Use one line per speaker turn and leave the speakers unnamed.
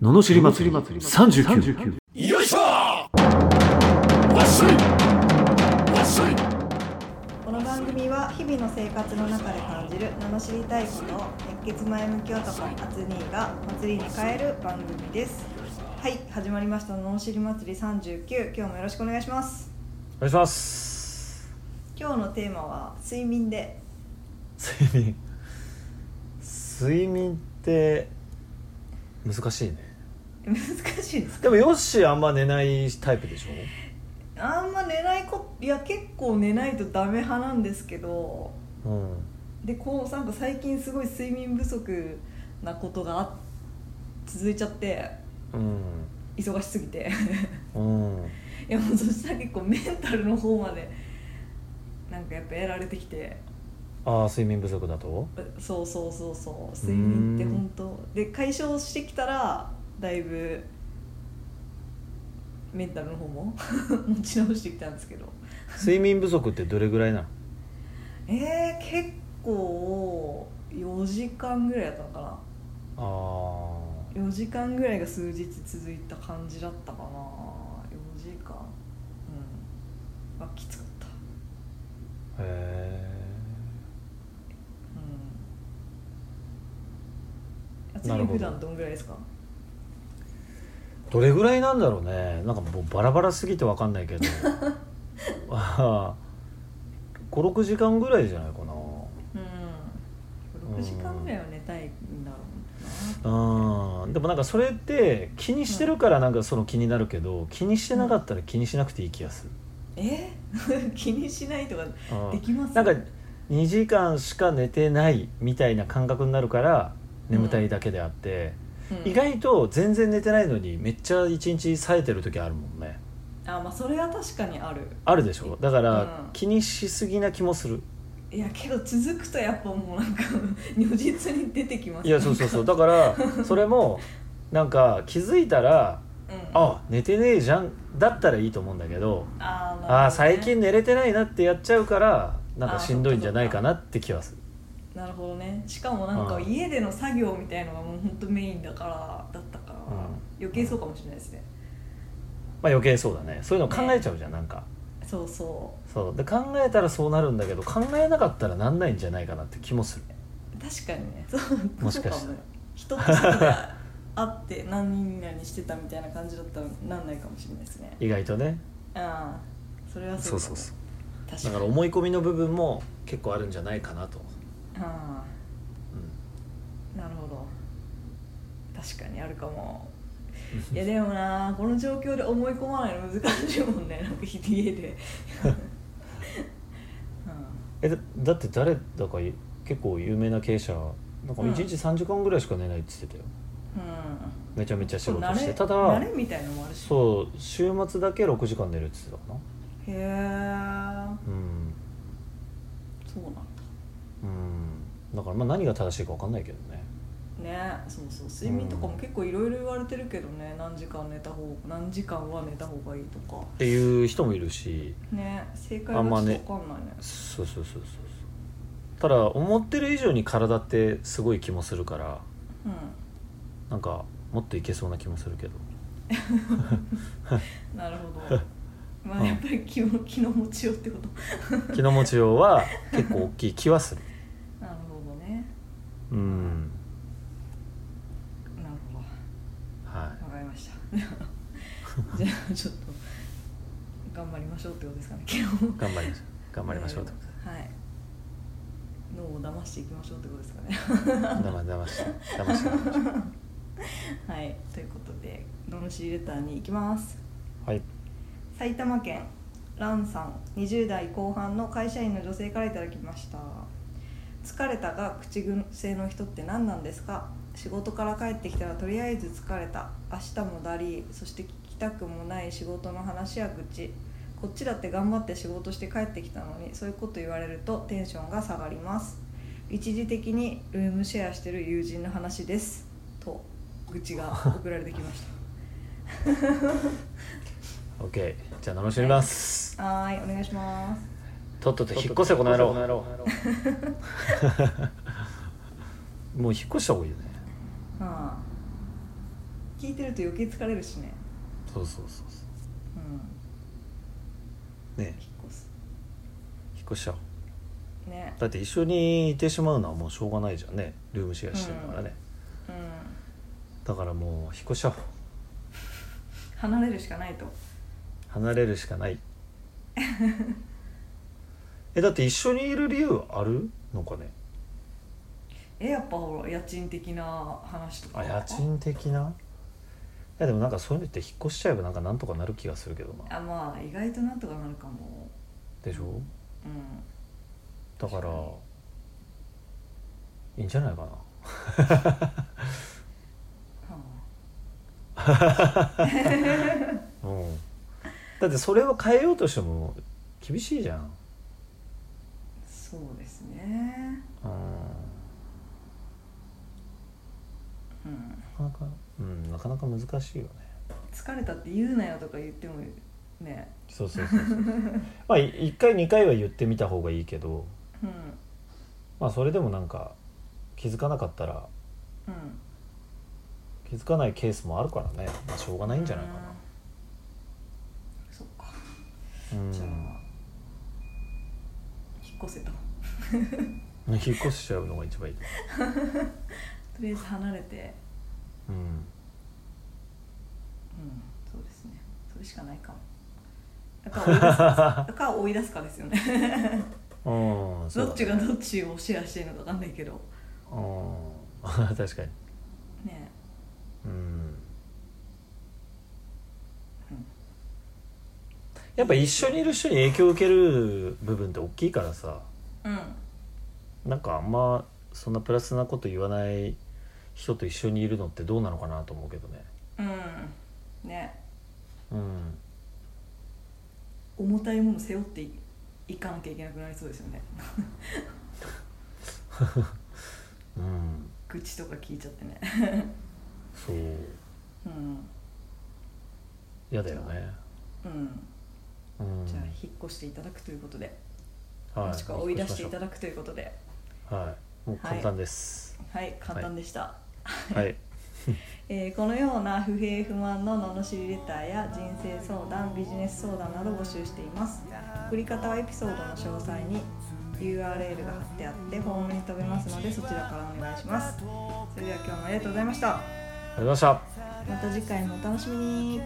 ののしり祭り39
よいしょわっしょいわっしょい
この番組は日々の生活の中で感じる罵りたいことを熱血前向き男アツニーが祭りに変える番組ですはい始まりました罵り祭り39今日もよろしくお願いします
お願いします
今日のテーマは睡眠で
睡眠睡眠って難しいね
難しいです
でもヨッシーあんま寝ないタイプでしょ
あんま寝ないこいや結構寝ないとダメ派なんですけど
うん
でこうなんか最近すごい睡眠不足なことがあ続いちゃって忙しすぎて
うんうん
いやもうそしたら結構メンタルの方までなんかやっぱやられてきて
ああ睡眠不足だと
そうそうそうそう睡眠って本当で解消してきたらだいぶメンタルの方も 持ち直してきたんですけど
睡眠不足ってどれぐらいなの
えー、結構4時間ぐらいだったのかな
あ
4時間ぐらいが数日続いた感じだったかな4時間うんまあきつかった
あへ
うんあ
なる
次
ほど
普段どんぐらいですか
えどれぐらいなんだろうねなんかもうバラバラすぎてわかんないけ どああ56時間ぐらいじゃないかな
うん6時間ぐらいは寝たいんだろう
うんでもなんかそれって気にしてるからなんかその気になるけど気にしてなかったら気にしなくていい気がする、
なえ 気にしないとか
うん
できます
なんか2時間しか寝てないみたいな感覚になるから眠たいだけであって、
うん
意外と全然寝てないのにめっちゃ一日冴えてる時あるもんね
あまあそれは確かにある
あるでしょだから
うん
気にしすぎな気もする、
いやけど続くとやっぱもうなんか 如実に出てきます
いやそうそうそうだからそれもなんか気づいたら
うん、
あ寝てねえじゃんだったらいいと思うんだけど
あーなるほどね
あー最近寝れてないなってやっちゃうからなんかしんどいんじゃないかなって気はする
なるほどねしかもなんか
うん
家での作業みたいのがもうほんとメインだからだったか
う
ら、
ん
余計そうかもしれないですね
まあ余計そうだねそういうの考えちゃうじゃん、なんか
そうそう
そうで考えたらそうなるんだけど考えなかったらなんないんじゃないかなって気もする
確かにねそう
もしかしたら
そうも人と先で会って何々してたみたいな感じだったらなんないかもしれないですね
意外とね
ああそれはそうかも確か
だ
に
から思い込みの部分も結構あるんじゃないかなと、
あ
う
あなるほど確かにあるか もいやでもなこの状況で思い込まないの難しいもんねなんか家 で、うん
ん、えだだって誰だかい結構有名な経営者なんか
うん
1日3時間ぐらいしか寝ないって言ってたよ、
うん
めちゃめちゃ仕事
慣
して
れ
た
慣
だ
れみたいのもあるし
そう週末だけ6時間寝るって言ってたかな
へえ
うん
そうなんだ
うんだからまあ何が正しいか分かんないけどね
ねそうそう睡眠とかも結構いろいろ言われてるけどね何時間寝た方何時間は寝た方がいいとか
っていう人もいるし
ね正解
あ
が
ん
ちょ
ま
っ
ね
とわかんないね
そうそうそうそうそうただ思ってる以上に体ってすごい気もするからなんかもっといけそうな気もするけど
うんなる ほどまあやっぱり気の 気の持ちようってこと
気の持ちようは結構大きい気はする
なるほどね
うん
なるほ
は
どわかりました じゃあちょっと頑張りましょうってことですかね今日
い頑張りましょう頑張りましょうと
はい脳を騙していきましょうってことですかね
だまだましてだまして
はい、ということで、ののしレターに行きます。
はい
埼玉県ランさん、20代後半の会社員の女性からいただきました。疲れたが口癖の人って何なんですか仕事から帰ってきたらとりあえず疲れた明日もだりそして聞きたくもない仕事の話や愚痴こっちだって頑張って仕事して帰ってきたのにそういうこと言われるとテンションが下がります一時的にルームシェアしてる友人の話ですと愚痴が送られてきまし
OK じゃあ楽しみます
たはーいお願いします
とっとと引っ越せこの野郎もう引っ越した方がいいよね
はあ聞いてると余計疲れるしね
そうそうそうそ
うん
うね
引っ越す
引っ越しちゃおう
ね
だって一緒にいてしまうのはもうしょうがないじゃんねルームシェアしてるからね、
うん
だからもう引っ越しちゃおう
離れるしかないと
離れるしかない えだって一緒にいる理由あるのかね
えやっぱほら家賃的な話とか
あ家賃的ないやでもなんかそういうのって引っ越しちゃえばなんかなんとかなる気がするけどな
あまあ意外となんとかなるかも
でしょ
うん
だからいいんじゃないかな
は
うんだってそれを変えようとしても厳しいじゃん
あそうですね
うん
うん
なかなかうんなかなか難しいよね
疲れたって言うなよとか言ってもね
そうそうそうそうまあい一回二回は言ってみた方がいいけど
うん
まあそれでもなんか気づかなかったら
うん
気づかないケースもあるからね、まあ、しょうがないんじゃないか
うんそっか
なうん
じゃあ引っ越せとと
引っ越しちゃうのが一番いい、
りあえず離れて
うん、
うんそうですねそれしかないかもだから追い出すだから追い出すかですよね
うん そう
ど
だ
っちがどっちをシェアしていいのか分かんないけど
うん 確かに
ね
うん
うん
やっぱ一緒にいる人に影響を受ける部分って大きいからさ
うん
なんかあんまそんなプラスなこと言わない人と一緒にいるのってどうなのかなと思うけどね
うんね
うん
重たいもの背負っていいかなきゃいけなくなりそうですよね
うん
愚痴とか聞いちゃってね
そう
うん
嫌だよね
うん
うん
じゃあ引っ越していただくということで、
はい
もしくは追い出していた
だ
だくということで
はいもう簡単です
はい簡単でした、
はい
えーこのような不平不満の罵りレターや人生相談ビジネス相談など募集しています送り方はエピソードの詳細に URL が貼ってあってフォームに飛べますのでそちらからお願いしますそれでは今日もありがとうございました
ありがとうございました
また次回もお楽しみに